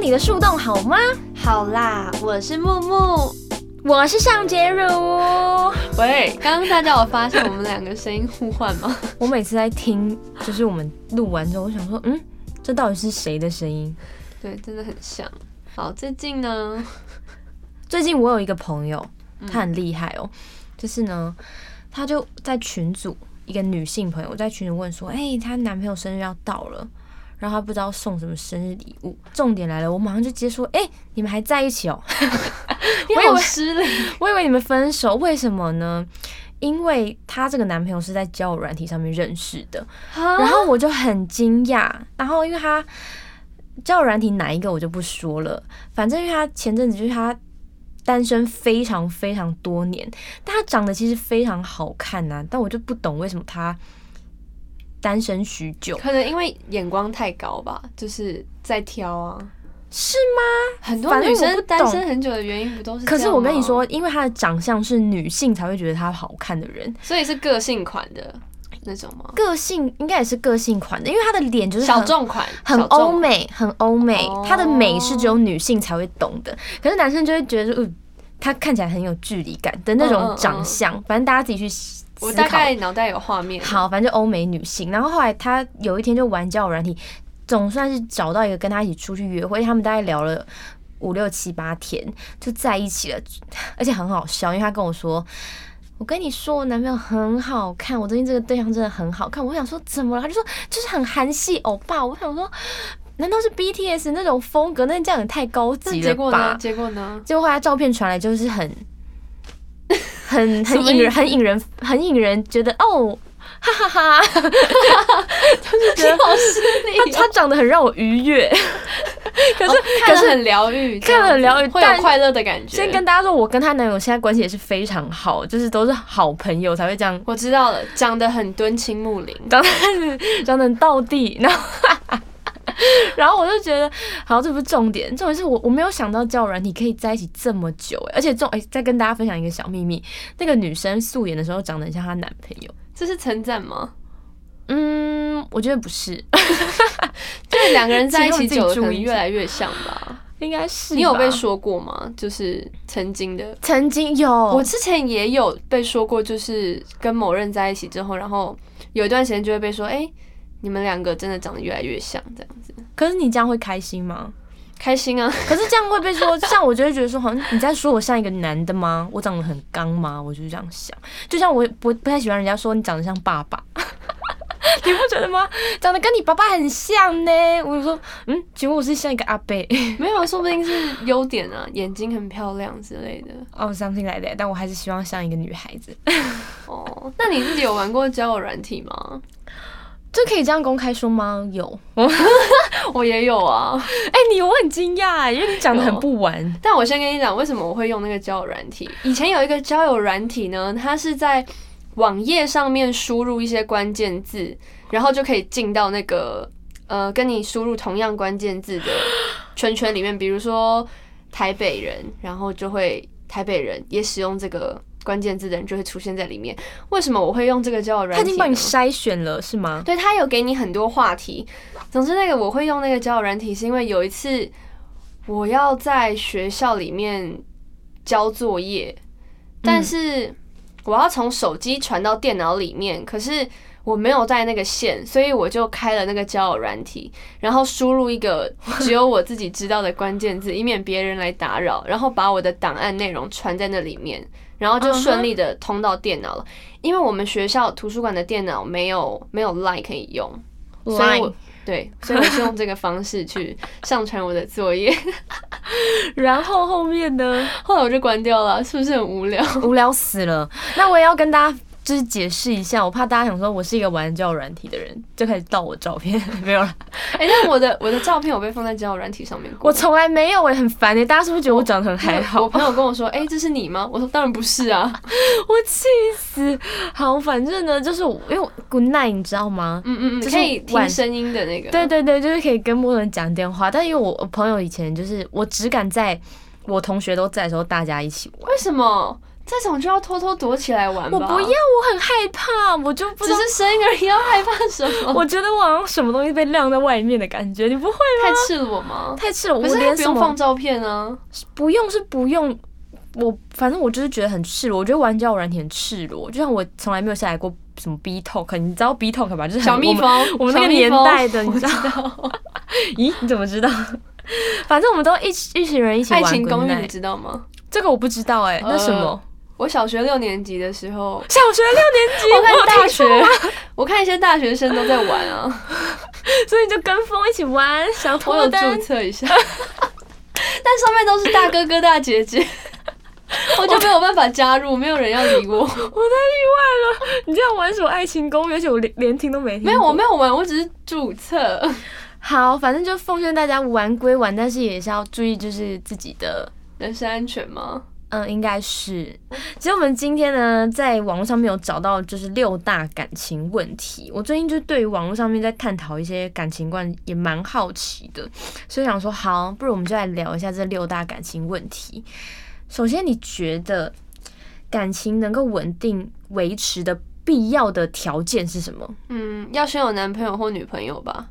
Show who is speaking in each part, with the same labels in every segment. Speaker 1: 里的树洞好吗？
Speaker 2: 好啦，我是木木。
Speaker 1: 我是尚杰如，
Speaker 2: 喂，刚刚大家有发现我们两个声音互换 吗？
Speaker 1: 我每次在听，就是我们录完之后，我想说，嗯，这到底是谁的声音？
Speaker 2: 对，真的很像。好，最近呢，
Speaker 1: 最近我有一个朋友，她很厉害哦，就是呢，她就在群组，一个女性朋友在群组问说，哎、她男朋友生日要到了，然后她不知道送什么生日礼物。重点来了，我马上就接说，哎、你们还在一起哦？我
Speaker 2: 我
Speaker 1: 以为
Speaker 2: 有失礼。
Speaker 1: 我以为你们分手，为什么呢？因为她这个男朋友是在交友软体上面认识的，然
Speaker 2: 然
Speaker 1: 后我就很惊讶，然后因为他交友软体哪一个我就不说了，反正因为他前阵子就是他单身非常非常多年，但他长得其实非常好看呐、但我就不懂为什么他单身许久，
Speaker 2: 可能因为眼光太高吧，就是在挑啊。
Speaker 1: 是吗？
Speaker 2: 很多
Speaker 1: 反正
Speaker 2: 女
Speaker 1: 我不
Speaker 2: 生
Speaker 1: 懂
Speaker 2: 单身很久的原因不都是？
Speaker 1: 可是我跟你，说，因为他的哦长相是女性才会觉得他好看的人，
Speaker 2: 所以是个性款的那种吗？
Speaker 1: 个性应该也是个性款的，因为他的脸就是
Speaker 2: 小
Speaker 1: 很
Speaker 2: 众款，
Speaker 1: 很
Speaker 2: 小众
Speaker 1: 欧美，很欧美
Speaker 2: 哦，
Speaker 1: 它的美是只有女性才会懂的，可是男生就会觉得，嗯，他看起来很有距离感的那
Speaker 2: 嗯嗯
Speaker 1: 种
Speaker 2: 嗯
Speaker 1: 长相，反正大家自己去思
Speaker 2: 我
Speaker 1: 思
Speaker 2: 大
Speaker 1: 考。
Speaker 2: 概脑袋有画面。，
Speaker 1: 好，反正就欧美女性。然后后来他有一天就玩交友软体，总算是找到一个跟他一起出去约会，他们大概聊了五六七八天就在一起了， 而且很好笑，因为他跟我说。我跟你说，我男朋友很好看，我最近这个对象真的很好看。我想说怎么了？他就说就是很韩系欧巴。我想说，难道是 BTS 那种风格？那这样也太高
Speaker 2: 那
Speaker 1: 级了吧？
Speaker 2: 结果呢？结果呢？
Speaker 1: 结果后来照片传来，就是很 很
Speaker 2: 什
Speaker 1: 很
Speaker 2: 么
Speaker 1: 引
Speaker 2: 意
Speaker 1: 人、很引人、很引人觉得哦，哈哈哈 就是觉得
Speaker 2: 好失
Speaker 1: 他
Speaker 2: 礼哦。
Speaker 1: 他长得很让我愉 悦。可是、
Speaker 2: 看
Speaker 1: 可
Speaker 2: 了
Speaker 1: 是
Speaker 2: 很疗愈，
Speaker 1: 看了很疗愈
Speaker 2: 会
Speaker 1: 但
Speaker 2: 有快乐的感觉。
Speaker 1: 先跟大家说，我跟她男友现在关系也是非常好，就是都是好朋友才会这样。
Speaker 2: 我知道了，长得很敦亲睦邻，
Speaker 1: 长得长得很到地， 然后然后我就觉得，好，这不是重点，重点是我我没有想到交友软体可以在一起这么久，哎而且重哎、再跟大家分享一个小秘密，那个女生素颜的时候长得很像她男朋友，
Speaker 2: 这是称赞 吗？
Speaker 1: 嗯，我觉得不 是，
Speaker 2: 就是两个人在一起
Speaker 1: 请用
Speaker 2: 久
Speaker 1: 自己
Speaker 2: 了，可
Speaker 1: 注意
Speaker 2: 能越来越像吧。
Speaker 1: 应该是
Speaker 2: 你有被
Speaker 1: 吧
Speaker 2: 说过吗？就是曾经的，
Speaker 1: 曾经有
Speaker 2: 我之前也有被说过，就是跟某人在一起之后，然后有一段时间就会被说，哎、你们两个真的长得越来越像，这样子
Speaker 1: 可是你这样会开心吗？
Speaker 2: 开心啊。
Speaker 1: 可是这样会被说， 像我就会觉得说，好像你在说我像一个男的吗？我长得很刚吗？我就是这样想。就像我不不太喜欢人家说你长得像爸爸， 你不觉得吗？长得跟你爸爸很像呢。我就说，嗯，请问我是像一个阿伯
Speaker 2: 没有，说不定 是优点啊，眼睛很漂亮之类的。
Speaker 1: 哦、something like that，但我还是希望像一个女孩子。
Speaker 2: 哦，那你自己有玩过交友软体吗？
Speaker 1: 这可以这样公开说吗？有，哎、
Speaker 2: 我也有啊。
Speaker 1: 你我很惊讶，因为你讲的很不完。
Speaker 2: 但我先跟你讲，为什么我会用那个交友软体。以前有一个交友软体呢，它是在网页上面输入一些关键字，然后就可以进到那个呃跟你输入同样关键字的圈圈里面。比如说台北人，然后就会台北人也使用这个关键字的人就会出现在里面。为什么我会用这个交友软
Speaker 1: 他
Speaker 2: 体呢？
Speaker 1: 已经帮你筛选了是吗？
Speaker 2: 对他有给你很多话题。总之，那个我会用那个交友软体，是因为有一次我要在学校里面交作业，但是我要从手机传到电脑里面，可是我没有带那个线，所以我就开了那个交友软体，然后输入一个只有我自己知道的关键字，以免别人来打扰，然后把我的档案内容传在那里面，然后就顺利的通到电脑了。因为我们学校图书馆的电脑没有没有 Line 可以用，所以我
Speaker 1: Line
Speaker 2: 对，所以我是用这个方式去上传我的作业，
Speaker 1: 然后后面呢？
Speaker 2: 后来我就关掉了，是不是很无聊？
Speaker 1: 无聊死了。那我也要跟大家就是解释一下，我怕大家想说我是一个玩交友软体的人，就开始盗我照 片，没有了。
Speaker 2: 哎、但我的我的照片有被放在交友软体上面过。
Speaker 1: 我从来没有，我也很烦哎诶、大家是不是觉得我长得很还好？
Speaker 2: 我朋友跟我说：“哎、这是你吗？”我说：“当然不是啊。
Speaker 1: 我气死！好，反正呢，就是我因为我 Good Night，你知道吗”？
Speaker 2: 嗯嗯嗯，
Speaker 1: 就是
Speaker 2: 可以
Speaker 1: 晚
Speaker 2: 听声音的那个。
Speaker 1: 对对对，就是可以跟陌生人讲电话，但因为我我朋友以前就是我只敢在我同学都在的时候大家一起玩，
Speaker 2: 为什么？这种就要偷偷躲起来玩
Speaker 1: 我
Speaker 2: 吧。
Speaker 1: 不要，我很害怕，我就不知
Speaker 2: 只
Speaker 1: 道。
Speaker 2: 是生一个人要害怕什么？
Speaker 1: 我觉得我好像什么东西被晾在外面的感觉，你不会
Speaker 2: 太
Speaker 1: 吗？
Speaker 2: 赤裸吗？
Speaker 1: 太赤裸，我
Speaker 2: 可是他
Speaker 1: 连
Speaker 2: 不
Speaker 1: 什
Speaker 2: 用
Speaker 1: 么
Speaker 2: 放照片 啊。
Speaker 1: 不用是不用，我反正我就是觉得很赤裸。我觉得玩交友软体很赤裸，就像我从来没有下载过什么 B Talk，你知道 B Talk 吧？就是很
Speaker 2: 小蜜蜂，
Speaker 1: 我们那
Speaker 2: 小
Speaker 1: 个
Speaker 2: 蜜
Speaker 1: 年
Speaker 2: 蜂
Speaker 1: 代的，你知道？
Speaker 2: 道
Speaker 1: 咦，你怎么知道？反正我们都一起一群人一起
Speaker 2: 爱
Speaker 1: 玩
Speaker 2: 情公寓，
Speaker 1: Goodnight
Speaker 2: 你知道吗？
Speaker 1: 这个我不知道哎、那什么
Speaker 2: 呃？我小学六年级的时候，
Speaker 1: 小学六
Speaker 2: 我
Speaker 1: 年级，
Speaker 2: 看
Speaker 1: 我啊
Speaker 2: 大
Speaker 1: 大学，
Speaker 2: 学， 我看一些大学生都在玩啊，
Speaker 1: 所以你就跟风一起玩，想
Speaker 2: 我
Speaker 1: 脱
Speaker 2: 有
Speaker 1: 单
Speaker 2: 注，册一下， 但上面都是大哥哥大姐姐， 我就没有办法加入，没有人要理 我。
Speaker 1: 我太意外了。你这样玩什么爱情公寓？而且我连连听都没听过。
Speaker 2: 没有，我没有玩，我只是注册。
Speaker 1: 好，反正就奉劝大家玩归玩，但是也是要注意，就是自己的，
Speaker 2: 人身安全吗？
Speaker 1: 嗯，应该是。其实我们今天呢，在网络上面有找到就是六大感情问题。我最近就对于网络上面在探讨一些感情观也蛮好奇的，所以想说，好，不如我们就来聊一下这六大感情问题。首先，你觉得感情能够稳定维持的必要的条件是什么？
Speaker 2: 嗯，要先有男朋友或女朋友吧。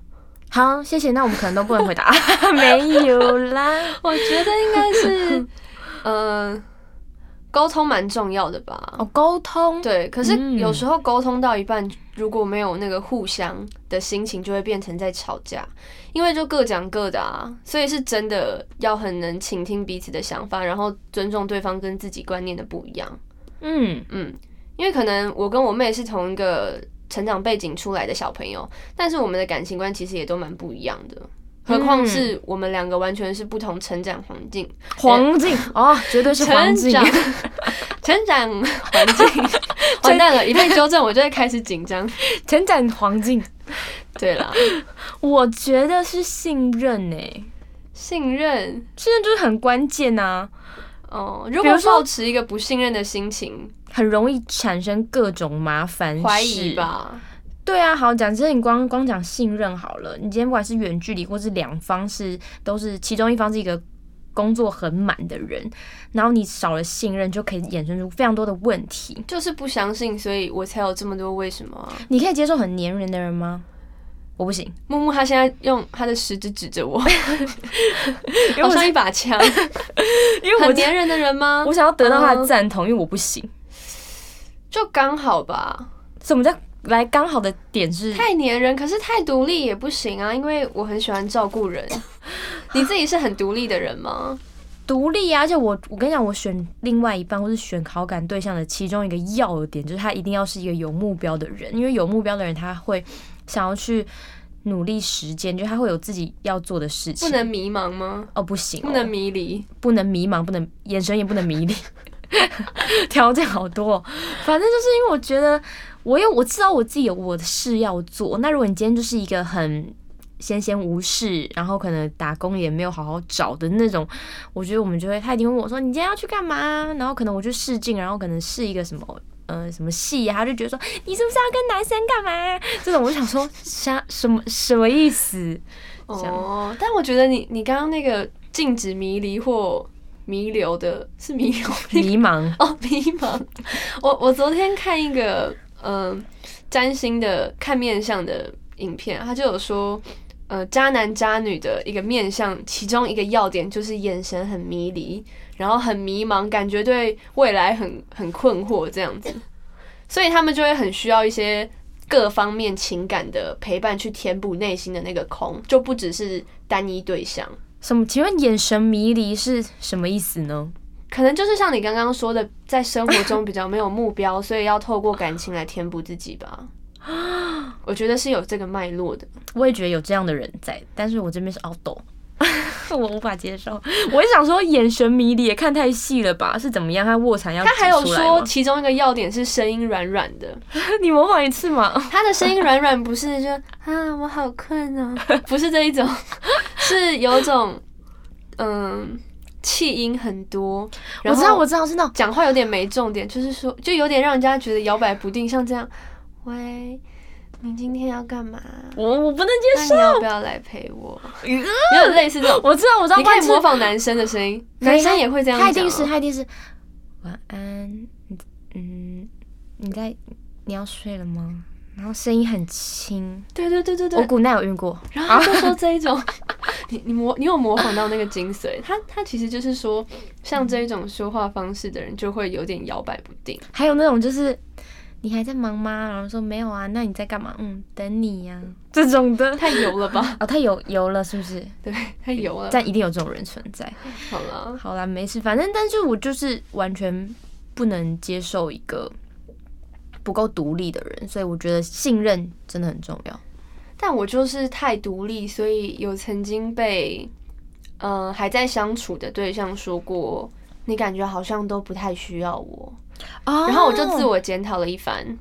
Speaker 1: 好，谢谢。那我们可能都不能回答，没有啦。
Speaker 2: 我觉得应该 是，嗯、沟通蛮重要的吧。
Speaker 1: 哦，沟通，
Speaker 2: 对，可是
Speaker 1: 嗯
Speaker 2: 有时候沟通到一半，如果没有那个互相的心情，就会变成在吵架，因为就各讲各的啊，所以是真的要很能倾听彼此的想法，然后尊重对方跟自己观念的不一样。
Speaker 1: 嗯，
Speaker 2: 嗯，因为可能我跟我妹是同一个成长背景出来的小朋友，但是我们的感情观其实也都蛮不一样的。何况是我们两个完全是不同成长环境，
Speaker 1: 黄金哦，绝对是黄
Speaker 2: 成
Speaker 1: 金。
Speaker 2: 长 成长环境，完蛋了！一被纠正，我就会开始紧张。
Speaker 1: 成长黄金，
Speaker 2: 对啦，
Speaker 1: 我觉得是信任诶、欸
Speaker 2: 信任
Speaker 1: 信任就是很关键啊呐、
Speaker 2: 哦，如
Speaker 1: 比
Speaker 2: 果
Speaker 1: 如说
Speaker 2: 保持一个不信任的心情，
Speaker 1: 很容易产生各种麻烦，
Speaker 2: 怀疑。吧，
Speaker 1: 对啊，好讲，其实你光光讲信任好了，你今天不管是远距离，或是两方是都是其中一方是一个工作很满的人，然后你少了信任，就可以衍生出非常多的问题。
Speaker 2: 就是不相信，所以我才有这么多为什么啊。
Speaker 1: 你可以接受很粘人的人吗？我不行，
Speaker 2: 木木他现在用他的食指指着我，
Speaker 1: 因为
Speaker 2: 好
Speaker 1: 我
Speaker 2: 像一把枪。
Speaker 1: 因为我
Speaker 2: 很粘人的人吗
Speaker 1: 我？想要得到他的赞同，因为我不行。
Speaker 2: 就刚好吧，
Speaker 1: 什么叫来刚好的点是？
Speaker 2: 太粘人，可是太独立也不行啊，因为我很喜欢照 顾人。你自己是很独立的人吗？
Speaker 1: 独立啊！而且我，我跟你讲，我选另外一半或是选好感对象的其中一个要点，就是他一定要是一个有目标的人，因为有目标的人他会想要去努力实践，就他会有自己要做的事情。
Speaker 2: 不能迷茫吗？
Speaker 1: 哦，不行哦、
Speaker 2: 不能迷离，
Speaker 1: 不能迷茫，不能眼神也不能迷离， 条件好多、哦。反正就是因为我觉得，我有我知道我自己有我的事要做。那如果你今天就是一个很闲闲无事，然后可能打工也没有好好找的那种，我觉得我们就会他一定问我说你今天要去干嘛？然后可能我去试镜，然后可能试一个什么。呃，什么戏呀、他就觉得说你是不是要跟男生干嘛？这种我就想说啥什么什么意思？这样
Speaker 2: 哦， 但我觉得你你刚刚那个禁止迷离或弥留的是弥留
Speaker 1: 迷茫
Speaker 2: 哦迷茫。我我昨天看一个嗯、呃占星的看面相的影片，他就有说。呃，渣男渣女的一个面相，其中一个要点就是眼神很迷离，然后很迷茫，感觉对未来很很困惑这样子，所以他们就会很需要一些各方面情感的陪伴去填补内心的那个空，就不只是单一对象。
Speaker 1: 什么？请问眼神迷离是什么意思呢？
Speaker 2: 可能就是像你刚刚说的，在生活中比较没有目标，所以要透过感情来填补自己吧。 我觉得是有这个脉络的。
Speaker 1: 我也觉得有这样的人在，但是我这边是 out 斗， 我无法接受。我也想说，眼神迷离也看太细了吧？是怎么样？他卧蚕要
Speaker 2: 他还有
Speaker 1: 挤出来吗
Speaker 2: 说，，其中一个要点是声音软软的，
Speaker 1: 你模仿一次嘛？
Speaker 2: 他的声音软软不是就 啊我好困 哦，不是这一种，是有种嗯气音很多。
Speaker 1: 我
Speaker 2: 然
Speaker 1: 知道，
Speaker 2: 后
Speaker 1: 我知道，是那种
Speaker 2: 讲话有点没重点，就是说，就有点让人家觉得摇摆不定，像这样，喂，你今天要干嘛？
Speaker 1: 我我不能
Speaker 2: 那
Speaker 1: 接
Speaker 2: 你要不要来陪我？
Speaker 1: 受。
Speaker 2: 有点类似这种，
Speaker 1: 我知道，我知道，
Speaker 2: 你可
Speaker 1: 但
Speaker 2: 以
Speaker 1: 是
Speaker 2: 模仿男生的声音，男生也会这样
Speaker 1: 他
Speaker 2: 讲啊。
Speaker 1: 一定是，他一定是。晚安，嗯，你在你要睡了吗？然后声音很轻，
Speaker 2: 对对对对
Speaker 1: 我
Speaker 2: 对，
Speaker 1: 古奈有遇过，
Speaker 2: 然后他就说这一种， 你你模你有模仿到那个精髓，他他其实就是说，像这一种说话方式的人就会有点摇摆不定，
Speaker 1: 还有那种就是你还在忙吗？然后说没有啊，那你在干嘛？嗯，等你呀、 这种的。
Speaker 2: 太油了吧？
Speaker 1: 哦，他有有了是不是？
Speaker 2: 对，太油了。
Speaker 1: 但一定有这种人存在。
Speaker 2: 好了，
Speaker 1: 好啦，没事，反正但是我就是完全不能接受一个不够独立的人，所以我觉得信任真的很重要。
Speaker 2: 但我就是太独立，所以有曾经被，嗯、还在相处的对象说过，你感觉好像都不太需要我，
Speaker 1: 哦
Speaker 2: 然后我就自，我检讨了一番，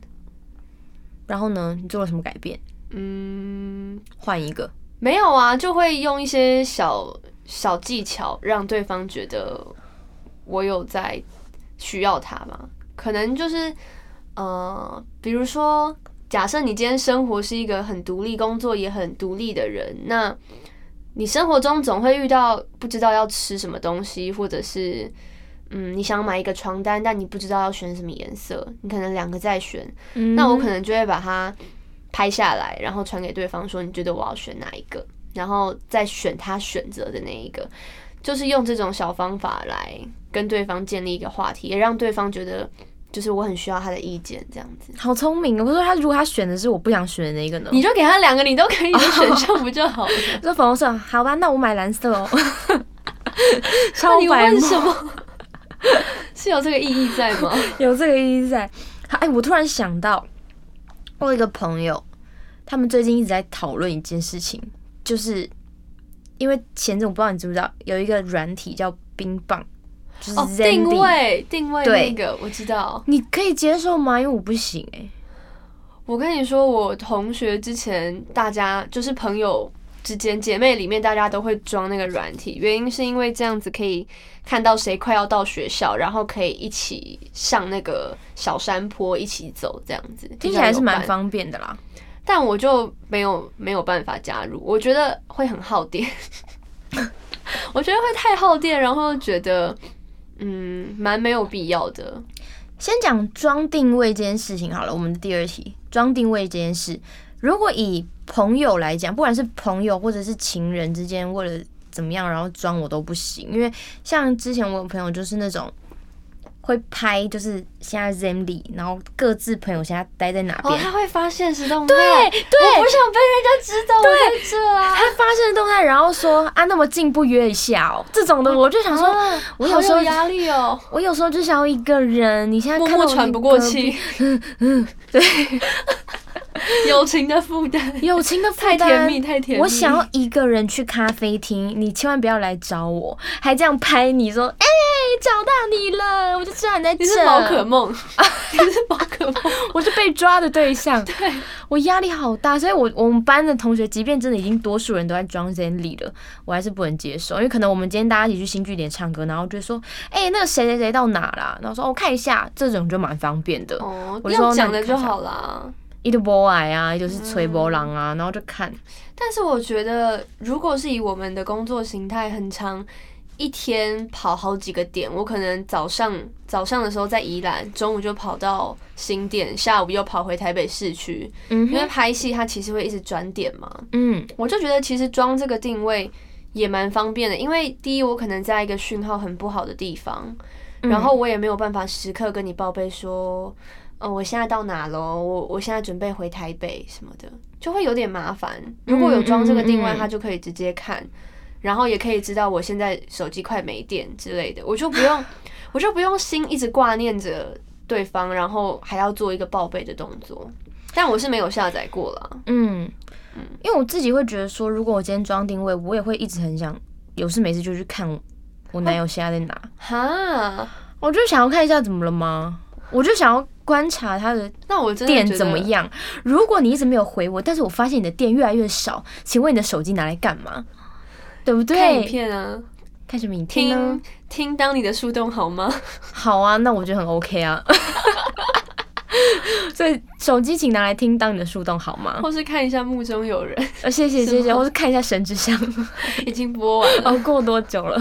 Speaker 1: 然后呢，你做了什么改变？
Speaker 2: 嗯，
Speaker 1: 换一个，
Speaker 2: 没有啊，就会用一些小小技巧让对方觉得我有在需要他吧。可能就是呃，比如说，假设你今天生活是一个很独立、工作也很独立的人，那你生活中总会遇到不知道要吃什么东西，或者是。嗯，你想买一个床单，但你不知道要选什么颜色，你可能两个在选，
Speaker 1: 嗯
Speaker 2: 那我可能就会把它拍下来，然后传给对方说，你觉得我要选哪一个，然后再选他选择的那一个，就是用这种小方法来跟对方建立一个话题，也让对方觉得就是我很需要他的意见，这样子。
Speaker 1: 好聪明哦！我说他如果他选的是我不想选的那一个呢？
Speaker 2: 你就给他两个你都可 以的选项不就好了？
Speaker 1: 说粉红色，好吧，那我买蓝色 哦。
Speaker 2: 那
Speaker 1: 超
Speaker 2: 你
Speaker 1: 白
Speaker 2: 问
Speaker 1: 目
Speaker 2: 什么？ 是有这个意义在 吗？
Speaker 1: 有这个意思在。哎、我突然想到，我有一个朋友，他们最近一直在讨论一件事情，就是因为前阵我不知道你知不知道，有一个软体叫冰棒，就是
Speaker 2: 哦，
Speaker 1: Zenly、
Speaker 2: 定位定位
Speaker 1: 对
Speaker 2: 那个我知道。
Speaker 1: 你可以接受吗？因为我不行哎、
Speaker 2: 我跟你说，我同学之前大家就是朋友之间姐妹里面，大家都会装那个软体，原因是因为这样子可以看到谁快要到学校，然后可以一起上那个小山坡一起走，这样子
Speaker 1: 听起来是蛮
Speaker 2: 方。
Speaker 1: 方便的啦。
Speaker 2: 但我就没有没有办法加入，我觉得会很耗电， 我觉得会太耗电，然后觉得嗯蛮没有必要的。
Speaker 1: 先讲装定位这件事情好了，我们的第二题，装定位这件事，如果以朋友来讲，不管是朋友或者是情人之间，为了怎么样，然后装我都不行，因为像之前我有朋友就是那种。会拍，就是现在 Zemly，然后各自朋友现在待在哪
Speaker 2: 哦，
Speaker 1: 边，
Speaker 2: 他会发现实动态，
Speaker 1: 对
Speaker 2: 我不想被人家知道我在这啊。
Speaker 1: 他发现动态，然后说啊，那么近不约一下哦，这种的我就想说，
Speaker 2: 啊
Speaker 1: 我
Speaker 2: 好
Speaker 1: 有时候
Speaker 2: 压力哦，
Speaker 1: 我有时候就想要一个人，你现在
Speaker 2: 默
Speaker 1: 看到
Speaker 2: 默
Speaker 1: 我
Speaker 2: 喘
Speaker 1: 那
Speaker 2: 不过
Speaker 1: 个
Speaker 2: 气，对， 友情的负 担
Speaker 1: 友情的负
Speaker 2: 太
Speaker 1: 担
Speaker 2: 甜蜜，太甜蜜。
Speaker 1: 我想要一个人去咖啡厅，你千万不要来找我，还这样拍你说，哎、找到你了，我就知道你在这。
Speaker 2: 你是宝可梦， 你是啊宝可梦，
Speaker 1: 我是被抓的对 象，对我压力好大，所以我我们班的同学，即便真的已经多数人都在装 Zenly 了，我还是不能接受，因为可能我们今天大家一起去新据点唱歌，然后就说，哎、那个谁谁谁到哪啦，然后说，哦，看一下，这种就蛮方便的，
Speaker 2: 哦，
Speaker 1: 我就
Speaker 2: 用
Speaker 1: 说
Speaker 2: 讲
Speaker 1: 那
Speaker 2: 的
Speaker 1: 你
Speaker 2: 就
Speaker 1: 看一下
Speaker 2: 好啦。
Speaker 1: 一直波矮啊，就是吹波浪啊，然后就看，
Speaker 2: 但是我觉得，如果是以我们的工作形态，很长。一天跑好几个点，我可能早上早上的时候在宜兰，中午就跑到新店，下午又跑回台北市区，
Speaker 1: 嗯
Speaker 2: 因为
Speaker 1: 哼，
Speaker 2: 拍戏它其实会一直转点嘛，
Speaker 1: 嗯，
Speaker 2: 我就觉得其实装这个定位也蛮方便的，因为第一我可能在一个讯号很不好的地方，
Speaker 1: 嗯
Speaker 2: 然后我也没有办法时刻跟你报备说，呃，我现在到哪喽，我我现在准备回台北什么的，就会有点麻烦。如果有装这个定位
Speaker 1: 嗯嗯，嗯
Speaker 2: 它就可以直接看，然后也可以知道我现在手机快没电之类的，我就不用 我就不用心一直挂念着对方，然后还要做一个报备的动作。但我是没有下载过啦，
Speaker 1: 嗯，因为我自己会觉得说，如果我今天装定位，我也会一直很想有事没事就去看我男友现在在哪，
Speaker 2: 哈。
Speaker 1: 我就想要看一下怎么了吗？我就想要观察他的
Speaker 2: 那我真的
Speaker 1: 电
Speaker 2: 觉得
Speaker 1: 怎么？样。如果你一直没有回我，但是我发现你的电越来越少，请问你的手机拿来干嘛？对不
Speaker 2: 看影
Speaker 1: 对？嗯
Speaker 2: 片啊，
Speaker 1: 看什么影片呢
Speaker 2: 听？听当你的树洞 好吗？
Speaker 1: 好啊，那我觉得很 OK 啊。 所以手机请拿来听当你的树洞好吗？
Speaker 2: 或是看一下目中有人
Speaker 1: 呃，谢谢谢
Speaker 2: 什
Speaker 1: 谢，
Speaker 2: 么
Speaker 1: 或是看一下神之箱，
Speaker 2: 已经播完了。
Speaker 1: 哦，过多久了？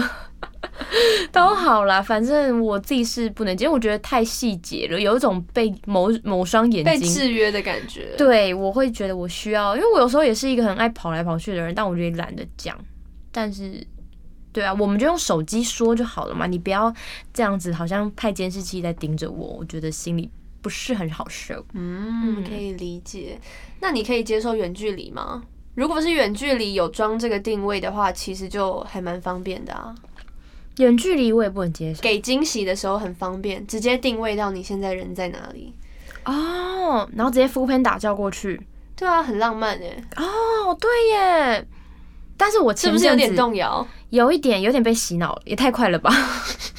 Speaker 1: 都好啦，反正我自己是不能接，因为我觉得太细节了，有一种被某某双眼
Speaker 2: 被
Speaker 1: 睛。
Speaker 2: 制约的感觉。
Speaker 1: 对，我会觉得我需要，因为我有时候也是一个很爱跑来跑去的人，但我觉得懒得讲。但是，对啊，我们就用手机说就好了嘛，你不要这样子，好像派监视器在盯着我，我觉得心里不是很好受。
Speaker 2: 嗯，可以理解。那你可以接受远距离吗？如果是远距离有装这个定位的话，其实就还蛮方便的啊。
Speaker 1: 远距离我也不能接受。
Speaker 2: 给惊喜的时候很方便，直接定位到你现在人在哪里。
Speaker 1: 哦，然后直接敷片打叫过去。
Speaker 2: 对啊，很浪漫哎、
Speaker 1: 哦，对耶。但是我
Speaker 2: 是
Speaker 1: 前
Speaker 2: 不是有
Speaker 1: 阵
Speaker 2: 点
Speaker 1: 子
Speaker 2: 动摇？
Speaker 1: 有一点有点被洗脑了，也太快了吧！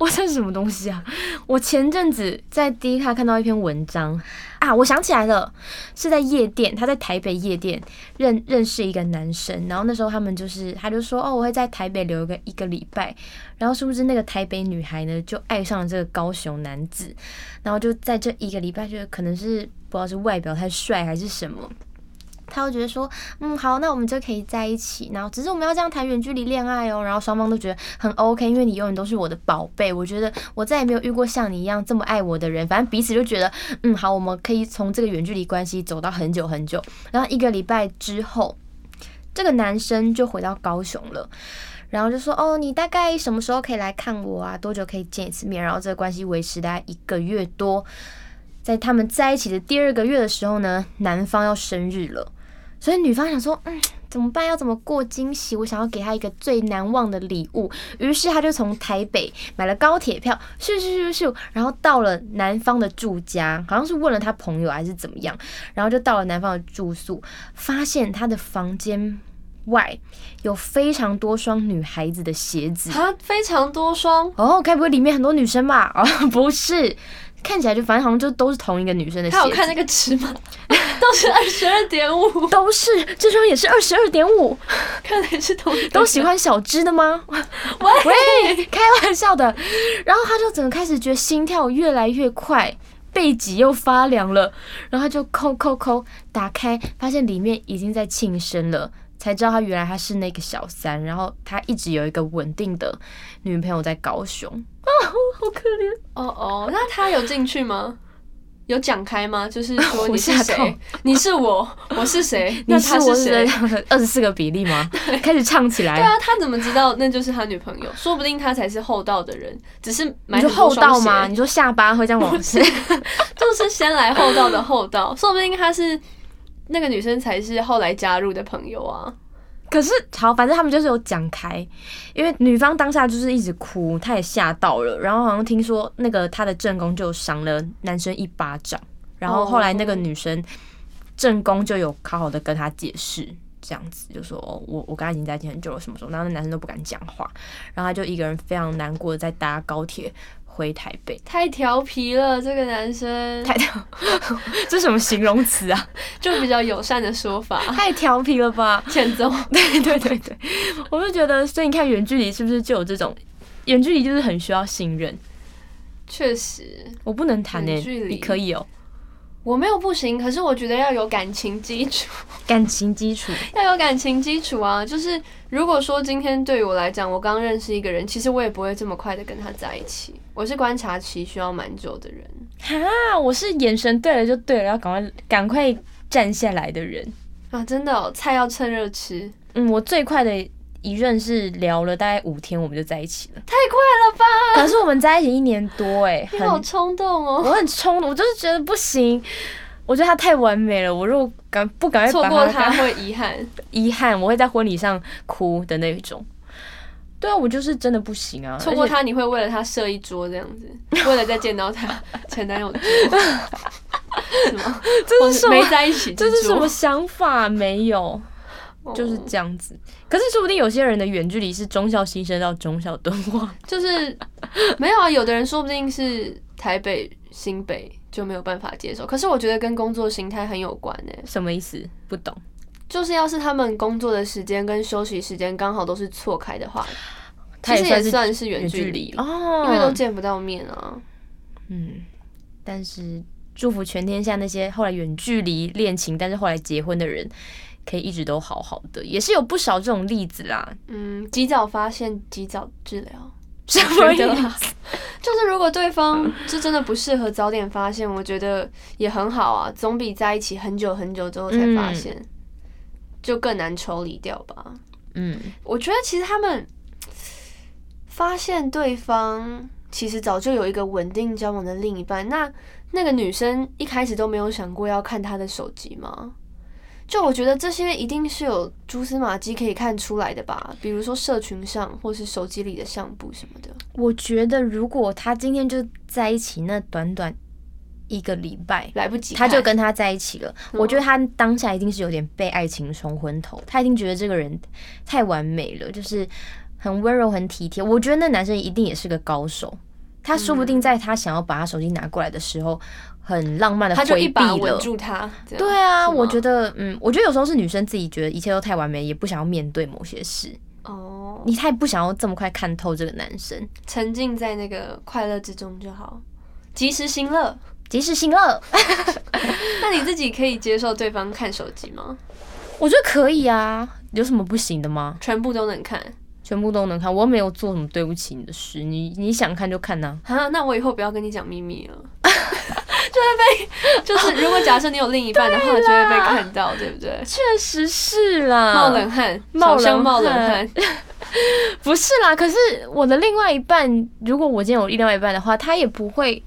Speaker 1: 我这是什么东西啊？我前阵子在 D 卡看到一篇文章啊，我想起来了，是在夜店，他在台北夜店认认识一个男生，然后那时候他们就是，他就说哦，我会在台北留个一个礼拜，然后殊不知那个台北女孩呢就爱上了这个高雄男子，然后就在这一个礼拜，就可能是不知道是外表太帅还是什么。他会觉得说，嗯，好，那我们就可以在一起。然后，只是我们要这样谈远距离恋爱哦。然后双方都觉得很 OK，因为你永远都是我的宝贝。我觉得我再也没有遇过像你一样这么爱我的人。反正彼此就觉得，嗯，好，我们可以从这个远距离关系走到很久很久。然后一个礼拜之后，这个男生就回到高雄了。然后就说哦，你大概什么时候可以来看我啊？多久可以见一次面？然后这个关系维持大概一个月多。在他们在一起的第二个月的时候呢，男方要生日了。所以女方想说，嗯，怎么办？要怎么过惊喜？我想要给他一个最难忘的礼物。于是他就从台北买了高铁票，咻咻咻咻，然后到了男方的住家，好像是问了他朋友还是怎么样，然后就到了男方的住宿，发现他的房间外有非常多双女孩子的鞋子。
Speaker 2: 啊，非常多双，
Speaker 1: 哦，该不会里面很多女生吧？哦，不是，看起来就反正好像就都是同一个女生的鞋
Speaker 2: 他有
Speaker 1: 子。
Speaker 2: 看那个尺码， 都是二十二点五，
Speaker 1: 都是，这双也是二十二点 五，
Speaker 2: 看来是同一个
Speaker 1: 都喜欢小只的 吗？喂，开玩笑的。然后他就整个开始觉得心跳越来越快，背脊又发凉了，然后他就抠抠抠打开，发现里面已经在庆生了。才知道他原来他是那个小三，然后他一直有一个稳定的女朋友在高雄 啊，好可怜。
Speaker 2: 哦哦，那他有进去吗？有讲开吗？就是说你
Speaker 1: 啊我
Speaker 2: 是
Speaker 1: 吓到
Speaker 2: 谁，你是 我，我是谁，
Speaker 1: 你
Speaker 2: 那
Speaker 1: 是
Speaker 2: 他
Speaker 1: 我
Speaker 2: 是
Speaker 1: 是
Speaker 2: 谁？
Speaker 1: 二十四个比例 吗？开始唱起来
Speaker 2: 对，啊，他怎么知道那就是他女朋友？说不定他才是厚道的人，只是
Speaker 1: 你
Speaker 2: 买
Speaker 1: 说
Speaker 2: 很多
Speaker 1: 厚道
Speaker 2: 双鞋
Speaker 1: 吗？你说下巴会这样往上？
Speaker 2: 就是先来后到的厚道， 说不定他是那个女生才是后来加入的朋友啊。
Speaker 1: 可是好，反正他们就是有讲开，因为女方当下就是一直哭，她也吓到了，然后好像听说那个她的正宫就赏了男生一巴掌，然后后来那个女生正宫就有好好的跟她解释。这样子就说，哦、我我跟他已经在一起很久了，什么时候？然后那男生都不敢讲话，然后他就一个人非常难过的在搭高铁回台北。
Speaker 2: 太调皮了，这个男生
Speaker 1: 太， 这什么形容词啊？
Speaker 2: 就比较友善的说法，
Speaker 1: 太调皮了吧！
Speaker 2: 欠揍。
Speaker 1: 对对对对，我就觉得，所以你看远距离是不是就有这种？远距离就是很需要信任，
Speaker 2: 确实，
Speaker 1: 我不能谈诶、
Speaker 2: 远距离
Speaker 1: 你可以哦、
Speaker 2: 我没有不行，可是我觉得要有感情基础，
Speaker 1: 感情基础
Speaker 2: 要有感情基础啊。就是如果说今天对于我来讲，我刚认识一个人，其实我也不会这么快的跟他在一起，我是观察期需要蛮久的人。
Speaker 1: 哈，我是眼神对了就对了，要赶快赶快站下来的人。
Speaker 2: 啊，真的、哦，菜要趁热吃，
Speaker 1: 嗯，我最快的一任是聊了大概五天，我们就在一起了。
Speaker 2: 太快了吧！
Speaker 1: 可是我们在一起一年多哎、
Speaker 2: 你
Speaker 1: 很
Speaker 2: 好冲动哦。
Speaker 1: 我很冲动，我就是觉得不行，我觉得他太完美了，我如果赶不赶快
Speaker 2: 错
Speaker 1: 把
Speaker 2: 过
Speaker 1: 他
Speaker 2: 他会遗憾。
Speaker 1: 遗憾，我会在婚礼上哭的那种。对啊，我就是真的不行啊，
Speaker 2: 错过
Speaker 1: 而且
Speaker 2: 他，你会为了他设一桌这样子，为了再见到他前男 友的桌，是吗？
Speaker 1: 这是什
Speaker 2: 或
Speaker 1: 么
Speaker 2: 没？在一起之
Speaker 1: 这是什
Speaker 2: 桌
Speaker 1: 么想法？没有，就是
Speaker 2: 哦
Speaker 1: 这样子。可是说不定有些人的远距离是忠孝新生到忠孝敦化，
Speaker 2: 就是没有啊。有的人说不定是台北、新北就没有办法接受，可是我觉得跟工作形态很有关诶、
Speaker 1: 什么意思？不懂
Speaker 2: 就是要是他们工作的时间跟休息时间刚好都是错开的话，
Speaker 1: 他
Speaker 2: 其
Speaker 1: 也
Speaker 2: 实
Speaker 1: 算
Speaker 2: 也
Speaker 1: 是
Speaker 2: 算是远
Speaker 1: 距
Speaker 2: 距离，
Speaker 1: 哦，
Speaker 2: 因为都见不到面啊。
Speaker 1: 嗯，但是祝福全天下那些后来远距离恋情，但是后来结婚的人，可以一直都好好的，也是有不少这种例子啦。
Speaker 2: 嗯，及早发现，及早治疗。
Speaker 1: 什么
Speaker 2: 觉得
Speaker 1: 意
Speaker 2: 啦
Speaker 1: 思？
Speaker 2: 就是如果对方就真的不适合，早点发现，我觉得也很好啊，总比在一起很久很久之后才发现，就更难抽离掉吧。
Speaker 1: 嗯，
Speaker 2: 我觉得其实他们发现对方其实早就有一个稳定交往的另一半，那那个女生一开始都没有想过要看他的手机吗？就我觉得这些一定是有蛛丝马迹可以看出来的吧，比如说社群上或是手机里的相簿什么的。
Speaker 1: 我觉得如果他今天就在一起那短短一个礼拜，
Speaker 2: 来不及
Speaker 1: 他
Speaker 2: 看，
Speaker 1: 就跟他在一起了，我
Speaker 2: 嗯
Speaker 1: 觉得他当下一定是有点被爱情冲昏头，他一定觉得这个人太完美了，就是很温柔、很体贴。我觉得那男生一定也是个高手，他说不
Speaker 2: 嗯
Speaker 1: 定在他想要把他手机拿过来的时候，很浪漫的
Speaker 2: 他就一
Speaker 1: 回避
Speaker 2: 把稳
Speaker 1: 了。
Speaker 2: 住他。这样
Speaker 1: 对啊，
Speaker 2: 是吗
Speaker 1: 我觉得，嗯，我觉得有时候是女生自己觉得一切都太完美，也不想要面对某些事，
Speaker 2: 哦，
Speaker 1: 你太不想要这么快看透这个男生。
Speaker 2: 沉浸在那个快乐之中就好，及时行乐。
Speaker 1: 及时行乐，
Speaker 2: 那你自己可以接受对方看手机吗？
Speaker 1: 我觉得可以啊，有什么不行的吗？
Speaker 2: 全部都能看
Speaker 1: 全部都能看，我又没有做什么对不起你的事，你你想看就看呐、
Speaker 2: 啊？那我以后不要跟你讲秘密了。 就会被， 就是如果假设你有另一半的话，就会被看到，对不对？
Speaker 1: 确实是啦，
Speaker 2: 冒冷汗，
Speaker 1: 嗯冒冷
Speaker 2: 小香冒冷
Speaker 1: 汗
Speaker 2: 汗，
Speaker 1: 不是啦。可是我的另外一半，如果我今天有另外一半的话，他也不会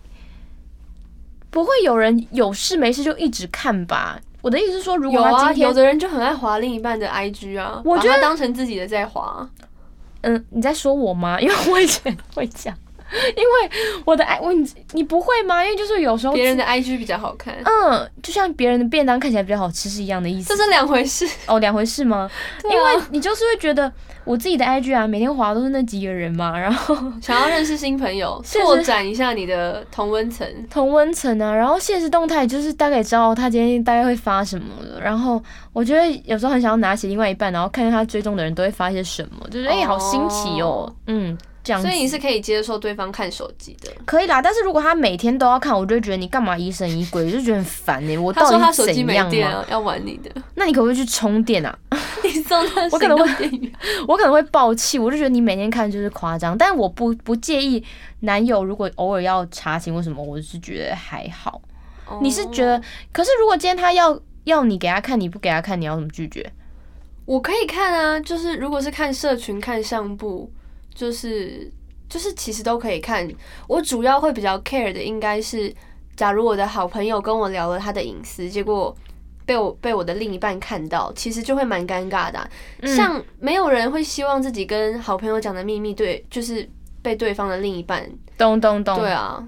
Speaker 1: 不会有人有事没事就一直看吧。我的意思是说，如
Speaker 2: 有
Speaker 1: 果他
Speaker 2: 啊，
Speaker 1: 今天
Speaker 2: 有的人就很爱滑另一半的 IG 啊，
Speaker 1: 我
Speaker 2: 把
Speaker 1: 觉得
Speaker 2: 它当成自己的在滑。
Speaker 1: 嗯，你在说我吗？因 为我以前会讲， 因为我的爱我你你不会吗？因为就是有时候
Speaker 2: 别人的 IG 比较好看，
Speaker 1: 嗯，就像别人的便当看起来比较好吃是一样的意
Speaker 2: 这
Speaker 1: 思
Speaker 2: 是两 回事。
Speaker 1: 哦，两回事吗？
Speaker 2: 对
Speaker 1: 因
Speaker 2: 啊
Speaker 1: 为你就是会觉得我自己的 IG 啊，每天滑都是那几个人嘛，然后
Speaker 2: 想要认识新朋友，
Speaker 1: 是
Speaker 2: 拓展一下你的同温层。
Speaker 1: 同温层啊，然后现实动态就是大概知道他今天大概会发什么了，然后我觉得有时候很想要拿起另外一半，然后看看他追踪的人都会发些什么，就是哎、好新奇哦
Speaker 2: 哦，
Speaker 1: 嗯，这样子。
Speaker 2: 所以你是可以接受对方看手机的。
Speaker 1: 可以啦，但是如果他每天都要看，我就会觉得你干嘛疑神疑鬼，我就觉得很烦呢、我
Speaker 2: 他
Speaker 1: 到
Speaker 2: 说他
Speaker 1: 底
Speaker 2: 手
Speaker 1: 是
Speaker 2: 机
Speaker 1: 怎
Speaker 2: 没
Speaker 1: 样啊
Speaker 2: 电啊
Speaker 1: 嘛？
Speaker 2: 了，要玩你的，
Speaker 1: 那你可不可以去充电啊？
Speaker 2: 你送他
Speaker 1: 我可
Speaker 2: 我可
Speaker 1: 能
Speaker 2: 能
Speaker 1: 会
Speaker 2: 会电源。
Speaker 1: 我可能会爆气，我就觉得你每天看就是夸张，但我不不介意男友如果偶尔要查寝或什么，我是觉得还好。你是觉得
Speaker 2: 哦，
Speaker 1: 可是如果今天他要要你给他看，你不给他看，你要怎么拒绝？
Speaker 2: 我可以看啊？就是如果是看社群、看相簿，就是就是其实都可以看。我主要会比较 care 的应该是，假如我的好朋友跟我聊了他的隐私，结果。被我被我的另一半看到，其实就会蛮尴尬的啊、
Speaker 1: 嗯
Speaker 2: 像没有人会希望自己跟好朋友讲的秘密对，就是被对方的另一半
Speaker 1: 懂懂懂。
Speaker 2: 对啊，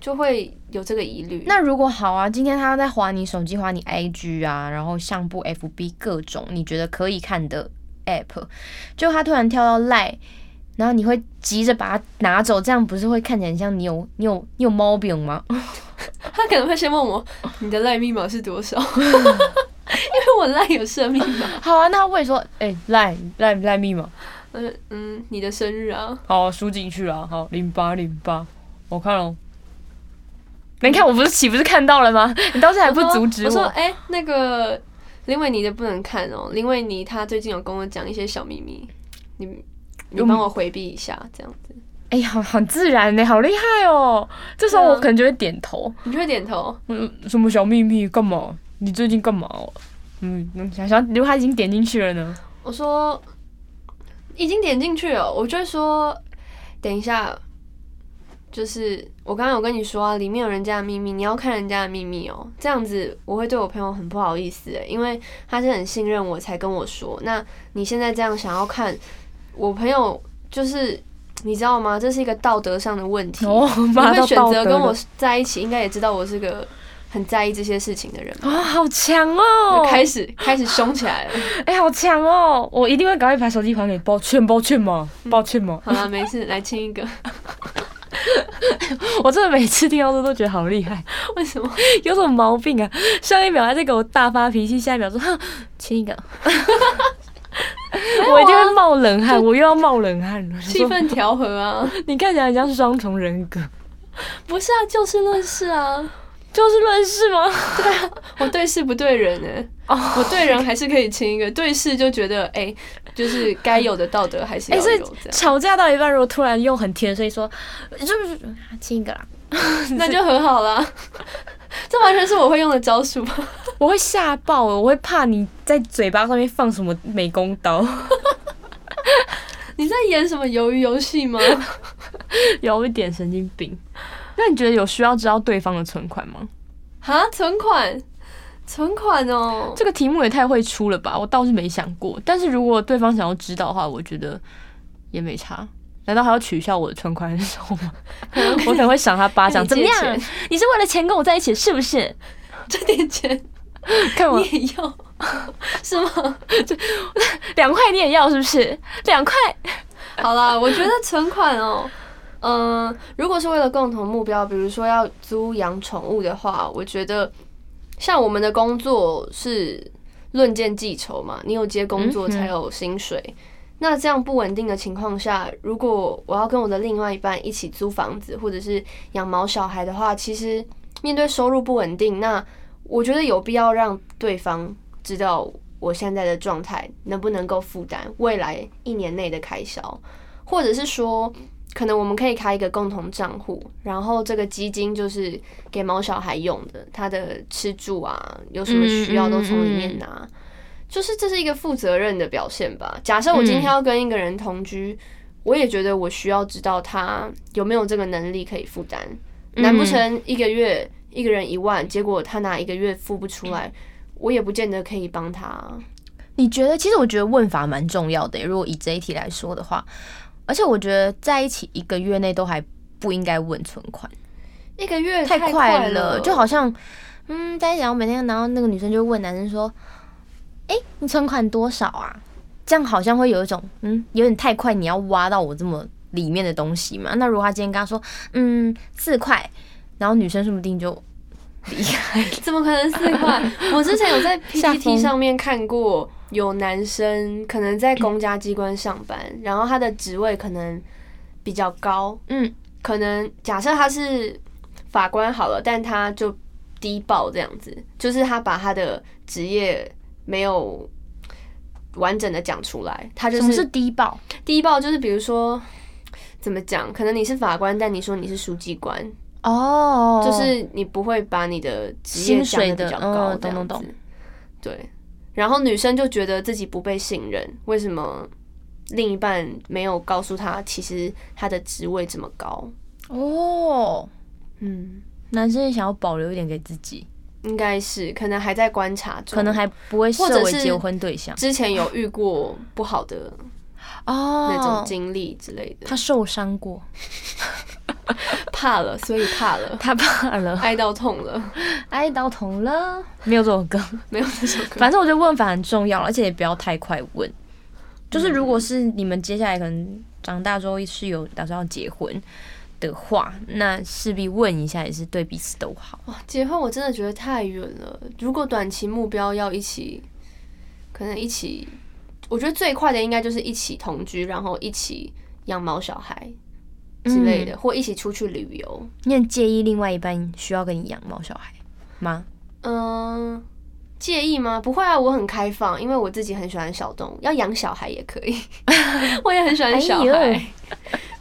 Speaker 2: 就会有这个疑虑。
Speaker 1: 那如果好啊，今天他在划你手机、划你 IG 啊，然后相簿、FB 各种你觉得可以看的 app，就他突然跳到赖，然后你会急着把它拿走，这样不是会看起来很像你有你有你有毛病吗？
Speaker 2: 他可能会先问我你的赖密码是多少， 因为我赖有设密码。
Speaker 1: 好啊，那他问说，哎、赖赖赖密码，
Speaker 2: 我说嗯，你的生日啊，
Speaker 1: 好、啊、输进去了，好零八零八，我看了。你看我不是岂不是看到了吗？你当时 还不
Speaker 2: 我说
Speaker 1: 阻止
Speaker 2: 我
Speaker 1: 我，
Speaker 2: 说哎、那个林伟妮的不能看哦，林伟妮她最近有跟我讲一些小秘密，你你
Speaker 1: 有
Speaker 2: 帮我回避一下，这样子，
Speaker 1: 哎、好很自然呢、好厉害哦。这时候
Speaker 2: 对啊
Speaker 1: 我可能就会点头。
Speaker 2: 你就会点头。
Speaker 1: 嗯，什么小秘密？干嘛？你最近干嘛、嗯，想想，如果他已经点进去了呢？
Speaker 2: 我说已经点进去了，我就会说等一下，就是我刚刚有跟你说啊，里面有人家的秘密，你要看人家的秘密哦，这样子我会对我朋友很不好意思诶，因为他是很信任我才跟我说，那你现在这样想要看我朋友，就是你知道吗？这是一个道德上的问题。
Speaker 1: 哦，
Speaker 2: 你
Speaker 1: 妈
Speaker 2: 会
Speaker 1: 到
Speaker 2: 选
Speaker 1: 道
Speaker 2: 择
Speaker 1: 德
Speaker 2: 跟我
Speaker 1: 了
Speaker 2: 在一起，应该也知道我是个很在意这些事情的人吧。
Speaker 1: 啊、好强
Speaker 2: 就
Speaker 1: 哦！
Speaker 2: 开始开始凶起来了。
Speaker 1: 哎、好强哦！我一定会赶快把手机还给，抱歉，抱歉嘛，抱歉嘛。
Speaker 2: 好了，没事，来亲一个。
Speaker 1: 我真的每次听到这都觉得好厉害，
Speaker 2: 为什么？
Speaker 1: 有什么毛病啊？ 上一秒还在给我大发脾气，下一秒说哼，亲一个。我一定会冒冷汗，我又要冒冷汗了。
Speaker 2: 气
Speaker 1: 说
Speaker 2: 氛调和啊，
Speaker 1: 你看起来很像双重人格。
Speaker 2: 不是啊，就事论事啊。
Speaker 1: 就事论事吗？
Speaker 2: 我对事不对人呢、欸
Speaker 1: 哦，
Speaker 2: 我对人还是可以亲一个，对事就觉得哎、就是该有的道德还 是要
Speaker 1: 哎所以
Speaker 2: 有这样，
Speaker 1: 吵架到一半，如果突然用很甜的声音说，就是啊亲一个啦，
Speaker 2: 那就很好啦。 这完全是我会用的招数吧？
Speaker 1: 我会吓爆，我会怕你在嘴巴上面放什么美工刀，
Speaker 2: 你在演什么鱿鱼游戏吗？
Speaker 1: 有一点神经病。那你觉得有需要知道对方的存款吗？
Speaker 2: 啊，存款，存款 哦，
Speaker 1: 这个题目也太会出了吧！我倒是没想过，但是如果对方想要知道的话，我觉得也没差。难道还要取消我的存款的时候吗？我可能会赏他巴掌，怎
Speaker 2: 跟
Speaker 1: 么
Speaker 2: 你借
Speaker 1: 样
Speaker 2: 钱？
Speaker 1: 你是为了钱跟我在一起是不 是？
Speaker 2: 这点钱
Speaker 1: 看我
Speaker 2: 你也 要是吗？
Speaker 1: 两块你也要是不是？两块
Speaker 2: 好啦，我觉得存款哦，嗯、如果是为了共同目标，比如说要租养宠物的话，我觉得像我们的工作是论件计酬嘛，你有接工作
Speaker 1: 嗯哼
Speaker 2: 才有薪水。那这样不稳定的情况下，如果我要跟我的另外一半一起租房子或者是养毛小孩的话，其实面对收入不稳定，那我觉得有必要让对方知道我现在的状态能不能够负担未来一年内的开销，或者是说，可能我们可以开一个共同账户，然后这个基金就是给毛小孩用的，他的吃住啊，有什么需要都从里面拿。就是这是一个负责任的表现吧。假设我今天要跟一个人同居，我也觉得我需要知道他有没有这个能力可以负担。难不成一个月一个人一万，结果他拿一个月付不出来，我也不见得可以帮他啊。
Speaker 1: 你觉得？其实我觉得问法蛮重要的耶。欸如果以这一题来说的话，而且我觉得在一起一个月内都还不应该问存款，
Speaker 2: 一个月
Speaker 1: 太
Speaker 2: 快
Speaker 1: 快了，就好像嗯，大家讲每天，然后那个女生就问男生说：“哎、你存款多少啊？”这样好像会有一种嗯，有点太快，你要挖到我这么里面的东西嘛。那如果他今天跟他说嗯四块，然后女生说不定就离开了。
Speaker 2: 怎么可能四块？ 我之前有在
Speaker 1: 吓疯
Speaker 2: PPT 上面看过，有男生可能在公家机关上班，然后他的职位可能比较高，
Speaker 1: 嗯，
Speaker 2: 可能假设他是法官好了，但他就低报这样子，就是他把他的职业没有完整的讲出来，他就
Speaker 1: 什么是
Speaker 2: 是
Speaker 1: 低报？
Speaker 2: 低报，就是比如说怎么讲，可能你是法官，但你说你是书记官，
Speaker 1: 哦，
Speaker 2: 就是你不会把你的职业讲得
Speaker 1: 薪水的嗯
Speaker 2: 比较高这样
Speaker 1: 懂懂懂
Speaker 2: 子。对，然后女生就觉得自己不被信任，为什么另一半没有告诉她，其实她的职位这么高？
Speaker 1: 哦，
Speaker 2: 嗯，
Speaker 1: 男生也想要保留一点给自己，
Speaker 2: 应该是可能还在观察中，
Speaker 1: 可能还不会
Speaker 2: 或
Speaker 1: 设
Speaker 2: 者
Speaker 1: 为
Speaker 2: 是
Speaker 1: 结婚对象
Speaker 2: 之前有遇过不好的
Speaker 1: 哦
Speaker 2: 那种经历之类的，
Speaker 1: 他受伤过，
Speaker 2: 怕了，所以怕了，
Speaker 1: 他怕 了，
Speaker 2: 爱到痛了，
Speaker 1: 爱到痛了，没有这首 歌。
Speaker 2: 没有这首歌。
Speaker 1: 反正我觉得问法很重要，而且也不要太快问。就是如果是你们接下来可能长大之后是有打算要结婚的话，那势必问一下也是对彼此都好。
Speaker 2: 哇，结婚我真的觉得太远了。如果短期目标要一起，可能一起，我觉得最快的应该就是一起同居，然后一起养毛小孩之类的，
Speaker 1: 嗯
Speaker 2: 或一起出去旅游。
Speaker 1: 你很介意另外一半需要跟你养猫小孩吗？
Speaker 2: 嗯，介意吗？不会啊，我很开放，因为我自己很喜欢小动物，要养小孩也可 以，我也很喜欢小
Speaker 1: 哎呦
Speaker 2: 孩。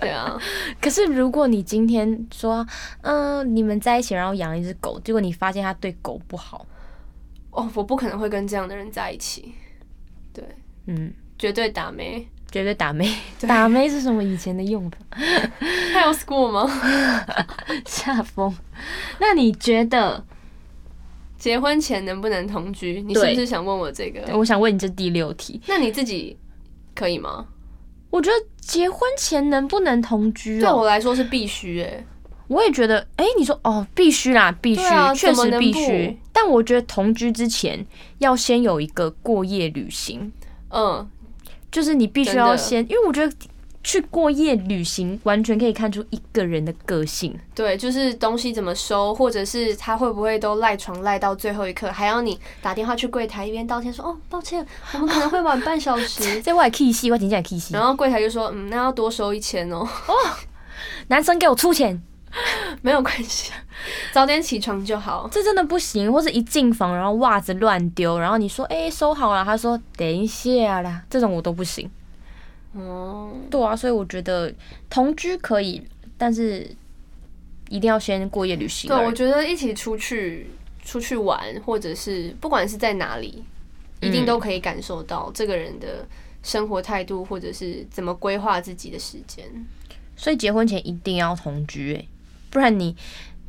Speaker 2: 对啊，
Speaker 1: 可是如果你今天说，嗯、你们在一起，然后养了一只狗，结果你发现它对狗不好，
Speaker 2: 哦，我不可能会跟这样的人在一起，对，
Speaker 1: 嗯，
Speaker 2: 绝对打没。
Speaker 1: 绝对打妹。 打妹是什么以前的用法？
Speaker 2: 还有 school 吗？
Speaker 1: 吓疯。那你觉得？
Speaker 2: 结婚前能不能同居？你是不是想问我这个？
Speaker 1: 我想问你这第六题，
Speaker 2: 那你自己可以吗？
Speaker 1: 我觉得结婚前能不能同居
Speaker 2: 对
Speaker 1: 哦？
Speaker 2: 我来说是必须诶、
Speaker 1: 我也觉得，哎、你说哦，必须啦，必须
Speaker 2: 对，啊
Speaker 1: 确、
Speaker 2: 怎么
Speaker 1: 实
Speaker 2: 能
Speaker 1: 必
Speaker 2: 不
Speaker 1: 须。但我觉得同居之前要先有一个过夜旅行，
Speaker 2: 嗯，
Speaker 1: 就是你必须
Speaker 2: 真的
Speaker 1: 要先，因为我觉得去过夜旅行完全可以看出一个人的个性。
Speaker 2: 对，就是东西怎么收，或者是他会不会都赖床赖到最后一刻，还要你打电话去柜台一边道歉说哦抱歉，我们可能会晚半小 时。
Speaker 1: 在外 K 戏，我真正 K 戏
Speaker 2: 然，后柜台就说，嗯，那要多收一千哦。
Speaker 1: 男生给我出钱，
Speaker 2: 没有关系，早点起床就好。
Speaker 1: 这真的不行，或是一进房然后袜子乱丢，然后你说哎、收好了，他说等一下啦，这种我都不行。
Speaker 2: 哦，
Speaker 1: 对啊，所以我觉得同居可以，但是一定要先过夜旅行啊
Speaker 2: 对，
Speaker 1: 而已。
Speaker 2: 我觉得一起出去出去玩，或者是不管是在哪里，一
Speaker 1: 嗯
Speaker 2: 定都可以感受到这个人的生活态度，或者是怎么规划自己的时间。
Speaker 1: 所以结婚前一定要同居、欸，不然你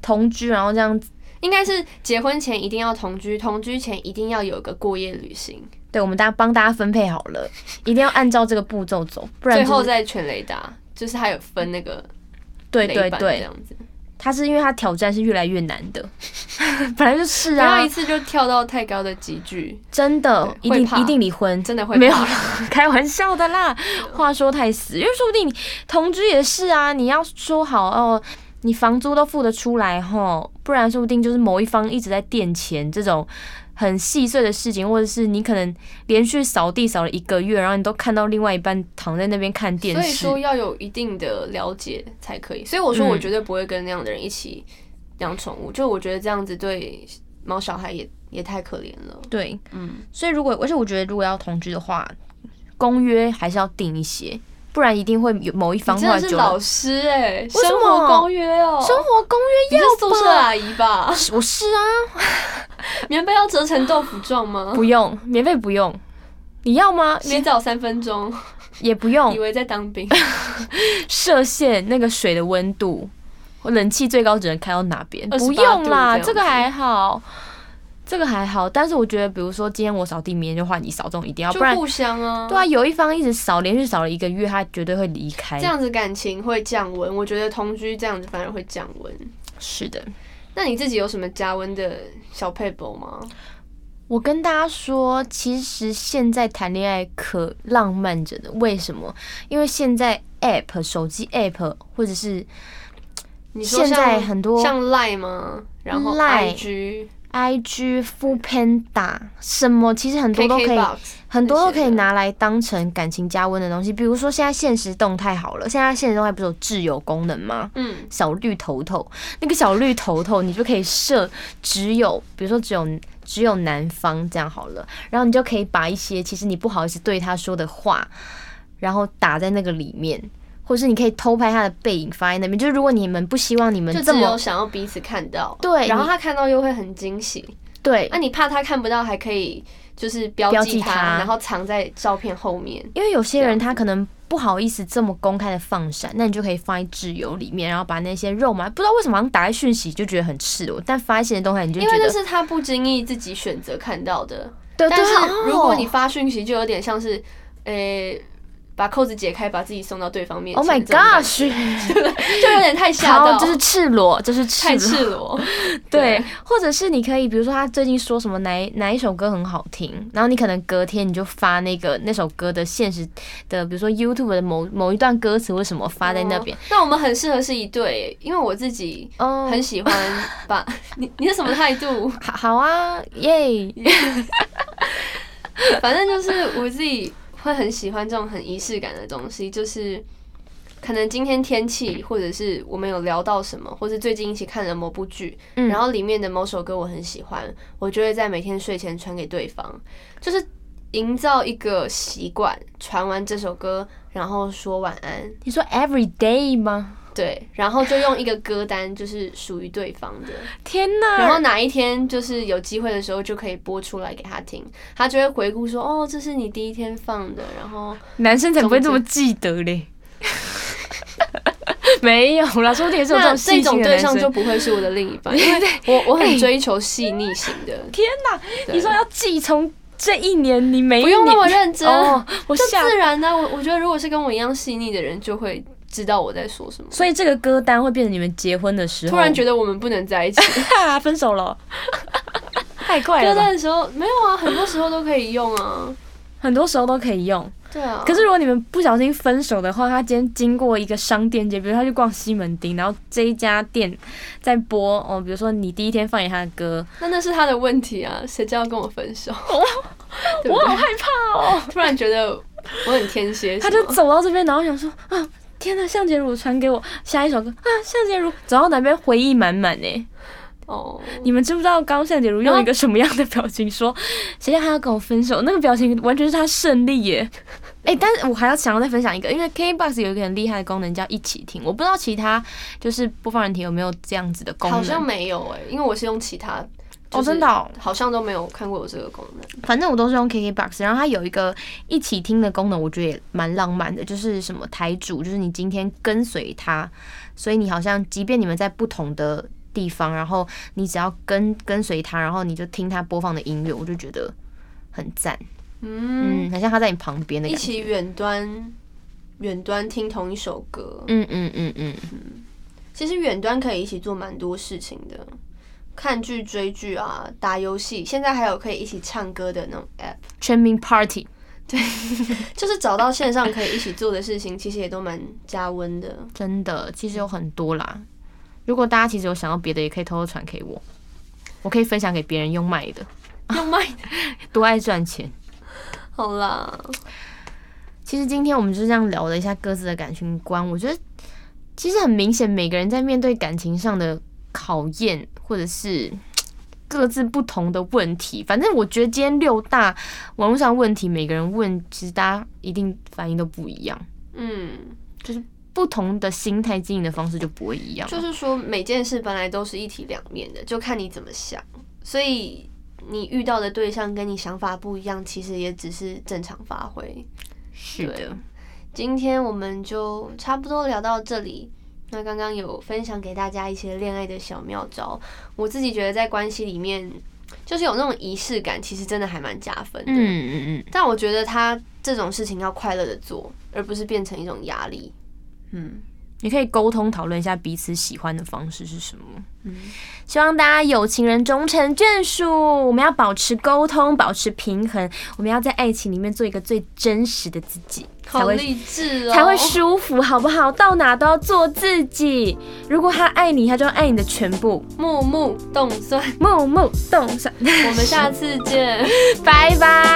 Speaker 1: 同居然后这样子，
Speaker 2: 应该是结婚前一定要同居，同居前一定要有一个过夜旅行，
Speaker 1: 对我们大家帮大家分配好 了，一定要按照这个步骤走，不然、
Speaker 2: 最
Speaker 1: 就是、
Speaker 2: 后再全雷达，就是还有分那个
Speaker 1: 对
Speaker 2: 雷
Speaker 1: 对
Speaker 2: 版这
Speaker 1: 对，
Speaker 2: 样子，
Speaker 1: 他是因为他挑战是越来越难 的，本来就是
Speaker 2: 不要
Speaker 1: 啊
Speaker 2: 一，次就跳到太高的级距，
Speaker 1: 真的
Speaker 2: 对
Speaker 1: 一
Speaker 2: 会
Speaker 1: 定
Speaker 2: 怕
Speaker 1: 一定离婚，
Speaker 2: 真的会
Speaker 1: 没有
Speaker 2: 怕
Speaker 1: 啦，开玩笑的啦。话说太死，因为说不定你同居也是啊，你要说好哦，你房租都付得出来吼，不然说不定就是某一方一直在垫钱这种很细碎的事情，或者是你可能连续扫地扫了一个月，然后你都看到另外一半躺在那边看电
Speaker 2: 所以
Speaker 1: 视，
Speaker 2: 说要有一定的了解才可以。所以我说，
Speaker 1: 嗯
Speaker 2: 我绝对不会跟那样的人一起养宠物，就我觉得这样子对猫小孩也也太可怜了。
Speaker 1: 对，
Speaker 2: 嗯，
Speaker 1: 所以如果而且我觉得如果要同居的话，公约还是要定一些，不然一定会有某一方
Speaker 2: 你
Speaker 1: 会
Speaker 2: 真的是
Speaker 1: 觉
Speaker 2: 老
Speaker 1: 得。
Speaker 2: 师哎、
Speaker 1: 什么
Speaker 2: 生活公约哦、
Speaker 1: 生活公
Speaker 2: 你
Speaker 1: 约
Speaker 2: 是
Speaker 1: 要
Speaker 2: 宿
Speaker 1: 吧
Speaker 2: 舍阿 姨吧？
Speaker 1: 啊我是啊，
Speaker 2: 棉被要折成豆腐状吗？
Speaker 1: 不用免费不用，你要吗？
Speaker 2: 洗澡三分钟，
Speaker 1: 也不用
Speaker 2: 以，为在当兵。
Speaker 1: 设限那个水的温度，冷气最高只能开到哪边？
Speaker 2: 28
Speaker 1: 不用啦，
Speaker 2: 度
Speaker 1: 这
Speaker 2: 这样子
Speaker 1: 个还好，这个还好。但是我觉得，比如说今天我扫地，明天就换你扫，这种一定要，
Speaker 2: 就
Speaker 1: 不然
Speaker 2: 互相啊，
Speaker 1: 对啊，有一方一直扫，连续扫了一个月，他绝对会离开
Speaker 2: 这。样子感情会降温。我觉得同居这样子反而会降温。
Speaker 1: 是的，
Speaker 2: 那你自己有什么加温的小配博吗？
Speaker 1: 我跟大家说，其实现在谈恋爱可浪漫着呢。为什么？因为现在 App 手机 App 或者是
Speaker 2: 你说
Speaker 1: 现在
Speaker 2: 像
Speaker 1: 很多
Speaker 2: 像 Line 吗？然后
Speaker 1: Line
Speaker 2: IG、
Speaker 1: IG、f o o Panda 什么，其实很多都可以
Speaker 2: KKBox，
Speaker 1: 很多都可
Speaker 2: 那
Speaker 1: 以
Speaker 2: 些的
Speaker 1: 拿来当成感情加温的东西，比如说现在现实动态好了，现在现实动态不是有挚友功能吗？
Speaker 2: 嗯，
Speaker 1: 小绿头头，那个小绿头头，你就可以设只有，比如说只有只有男方这样好了，然后你就可以把一些其实你不好意思对他说的话，然后打在那个里面，或是你可以偷拍他的背影发在那边，就是如果你们不希望你们
Speaker 2: 就
Speaker 1: 这
Speaker 2: 只有
Speaker 1: 么
Speaker 2: 想要彼此看到，
Speaker 1: 对
Speaker 2: 然后
Speaker 1: 你
Speaker 2: 他看到又会很惊喜。
Speaker 1: 对
Speaker 2: 那、，你怕他看不到，还可以就是标
Speaker 1: 标
Speaker 2: 记
Speaker 1: 记
Speaker 2: 他，
Speaker 1: 他
Speaker 2: 然后藏在照片后面。
Speaker 1: 因为有些人他可能不好意思这么公开的放闪，那你就可以放在挚友里面，然后把那些肉麻，不知道为什么好像打在讯息就觉得很赤裸，但发现的动态你就
Speaker 2: 因
Speaker 1: 觉
Speaker 2: 为
Speaker 1: 得
Speaker 2: 那是他不经意自己选择看到的，
Speaker 1: 对，
Speaker 2: 但
Speaker 1: 对
Speaker 2: 是如果你
Speaker 1: 哦
Speaker 2: 发讯息，就有点像是，诶、把扣子解开，把自己送到对方面前。
Speaker 1: Oh my
Speaker 2: 这种感
Speaker 1: gosh，
Speaker 2: 觉就有点太吓
Speaker 1: 好，
Speaker 2: 到，
Speaker 1: 这是赤裸，这是赤
Speaker 2: 太
Speaker 1: 裸，
Speaker 2: 赤 裸。
Speaker 1: 对，或者是你可以，比如说他最近说什么哪一哪一首歌很好听，然后你可能隔天你就发那个那首歌的现实的，比如说 YouTube 的某某一段歌词或什么发在那边
Speaker 2: 哦，那我们很适合是一对，因为我自己
Speaker 1: 哦，
Speaker 2: 很喜欢把 你你是什么态 度？
Speaker 1: 好好啊，耶，
Speaker 2: 反正就是我自己会很喜欢这种很仪式感的东西，就是可能今天天气，或者是我们有聊到什么，或是最近一起看了某部剧，
Speaker 1: 嗯
Speaker 2: 然后里面的某首歌我很喜欢，我就会在每天睡前传给对方，就是营造一个习惯，传完这首歌，然后说晚安，
Speaker 1: 你说 every day 吗？
Speaker 2: 对，然后就用一个歌单，就是属于对方的。
Speaker 1: 天呐！
Speaker 2: 然后哪一天就是有机会的时候，就可以播出来给他听，他就会回顾说：“哦，这是你第一天放的。”然后
Speaker 1: 男生才不会这么记得嘞。 没有啦，说不定也是有这
Speaker 2: 那
Speaker 1: 种
Speaker 2: 这
Speaker 1: 细
Speaker 2: 种
Speaker 1: 心的
Speaker 2: 对
Speaker 1: 男
Speaker 2: 象
Speaker 1: 生。哎
Speaker 2: 就不会是我的另一 半，因为我我很追求细腻型的。
Speaker 1: 天呐！
Speaker 2: 对
Speaker 1: 你说要记从这一年，你每一
Speaker 2: 不用那
Speaker 1: 年
Speaker 2: 么认 真，
Speaker 1: 哦，我
Speaker 2: 就
Speaker 1: 吓。
Speaker 2: 自然的、我我觉得如果是跟我一样细腻的人，就会知道我在说什么。
Speaker 1: 所以哦这个歌单会变成你们结婚的时候，
Speaker 2: 突然觉得我们不能在一起，
Speaker 1: 得哈分手了， 太快
Speaker 2: 歌
Speaker 1: 了吧。
Speaker 2: 单的时候没有啊，很多时候都可以用啊。
Speaker 1: 很多时候都可以用，
Speaker 2: 对啊，
Speaker 1: 可是如果你们不小心分手的话，他今天经过一个商店街，比如他去逛西门町，然后这一家店在播哦，比如说你第一天放给他的歌，
Speaker 2: 那那是他的问题啊，谁叫他跟我分 手？ 对不
Speaker 1: 我
Speaker 2: 对
Speaker 1: 好害怕哦。
Speaker 2: 突然觉得我很天蝎，
Speaker 1: 他
Speaker 2: 是
Speaker 1: 就
Speaker 2: 吗
Speaker 1: 走到这边，然后想说啊，天呐，向杰如传给我下一首歌啊，向杰如走到哪边回忆满满呢。
Speaker 2: 哦，
Speaker 1: 你们知不知道刚向杰如用一个什么样的表情说谁叫他要跟我分手？那个表情完全是他胜利 耶！哎、但是我还要想要再分享一个，因为 KBox 有一个很厉害的功能叫一起听，我不知道其他就是播放软体有没有这样子的功能。
Speaker 2: 好像没有哎、因为我是用其他，
Speaker 1: 哦，
Speaker 2: 就是
Speaker 1: 真的、哦，
Speaker 2: 好像都没有看过有这个功能。
Speaker 1: 反正我都是用 KKBox，然后它有一个一起听的功能，我觉得也蛮浪漫的，就是什么台主，就是你今天跟随他，所以你好像即便你们在不同的地方，然后你只要跟跟随他，然后你就听他播放的音乐，我就觉得很赞，
Speaker 2: 嗯，
Speaker 1: 嗯，很像他在你旁边的
Speaker 2: 一
Speaker 1: 感觉，
Speaker 2: 起远端远端听同一首歌，
Speaker 1: 嗯嗯嗯嗯，
Speaker 2: 其实远端可以一起做蛮多事情的，看剧、追剧啊，打游戏，现在还有可以一起唱歌的那种 app，
Speaker 1: 全民 Party，
Speaker 2: 就是找到线上可以一起做的事情，其实也都蛮加温的。
Speaker 1: 真的其实有很多啦，如果大家其实有想到别的，也可以偷偷传给我，我可以分享给别人用卖的，
Speaker 2: 用麦，
Speaker 1: 多爱赚钱。
Speaker 2: 好啦，
Speaker 1: 其实今天我们就这样聊了一下各自的感情观，我觉得其实很明显，每个人在面对感情上的考验，或者是各自不同的问题。反正我觉得今天六大网络上问题，每个人问，其实大家一定反应都不一样，
Speaker 2: 嗯，
Speaker 1: 不同的心态经营的方式就不会一样。
Speaker 2: 就是说每件事本来都是一体两面的，就看你怎么想，所以。你遇到的对象跟你想法不一样，其实也只是正常发挥。
Speaker 1: 是的，
Speaker 2: 今天我们就差不多聊到这里。那刚刚有分享给大家一些恋爱的小妙招，我自己觉得在关系里面，就是有那种仪式感，其实真的还蛮加分的。
Speaker 1: 嗯嗯嗯，
Speaker 2: 但我觉得他这种事情要快乐的做，而不是变成一种压力。嗯，
Speaker 1: 你可以沟通讨论一下彼此喜欢的方式是什么。
Speaker 2: 嗯
Speaker 1: 希望大家有情人终成眷属。我们要保持沟通，保持平衡。我们要在爱情里面做一个最真实的自己，才
Speaker 2: 好
Speaker 1: 会
Speaker 2: 励志哦，
Speaker 1: 才会舒服，好不好？到哪都要做自己。如果他爱你，他就爱你的全部。
Speaker 2: 木木动算。
Speaker 1: 木木动山，
Speaker 2: 我们下次见。
Speaker 1: 拜拜。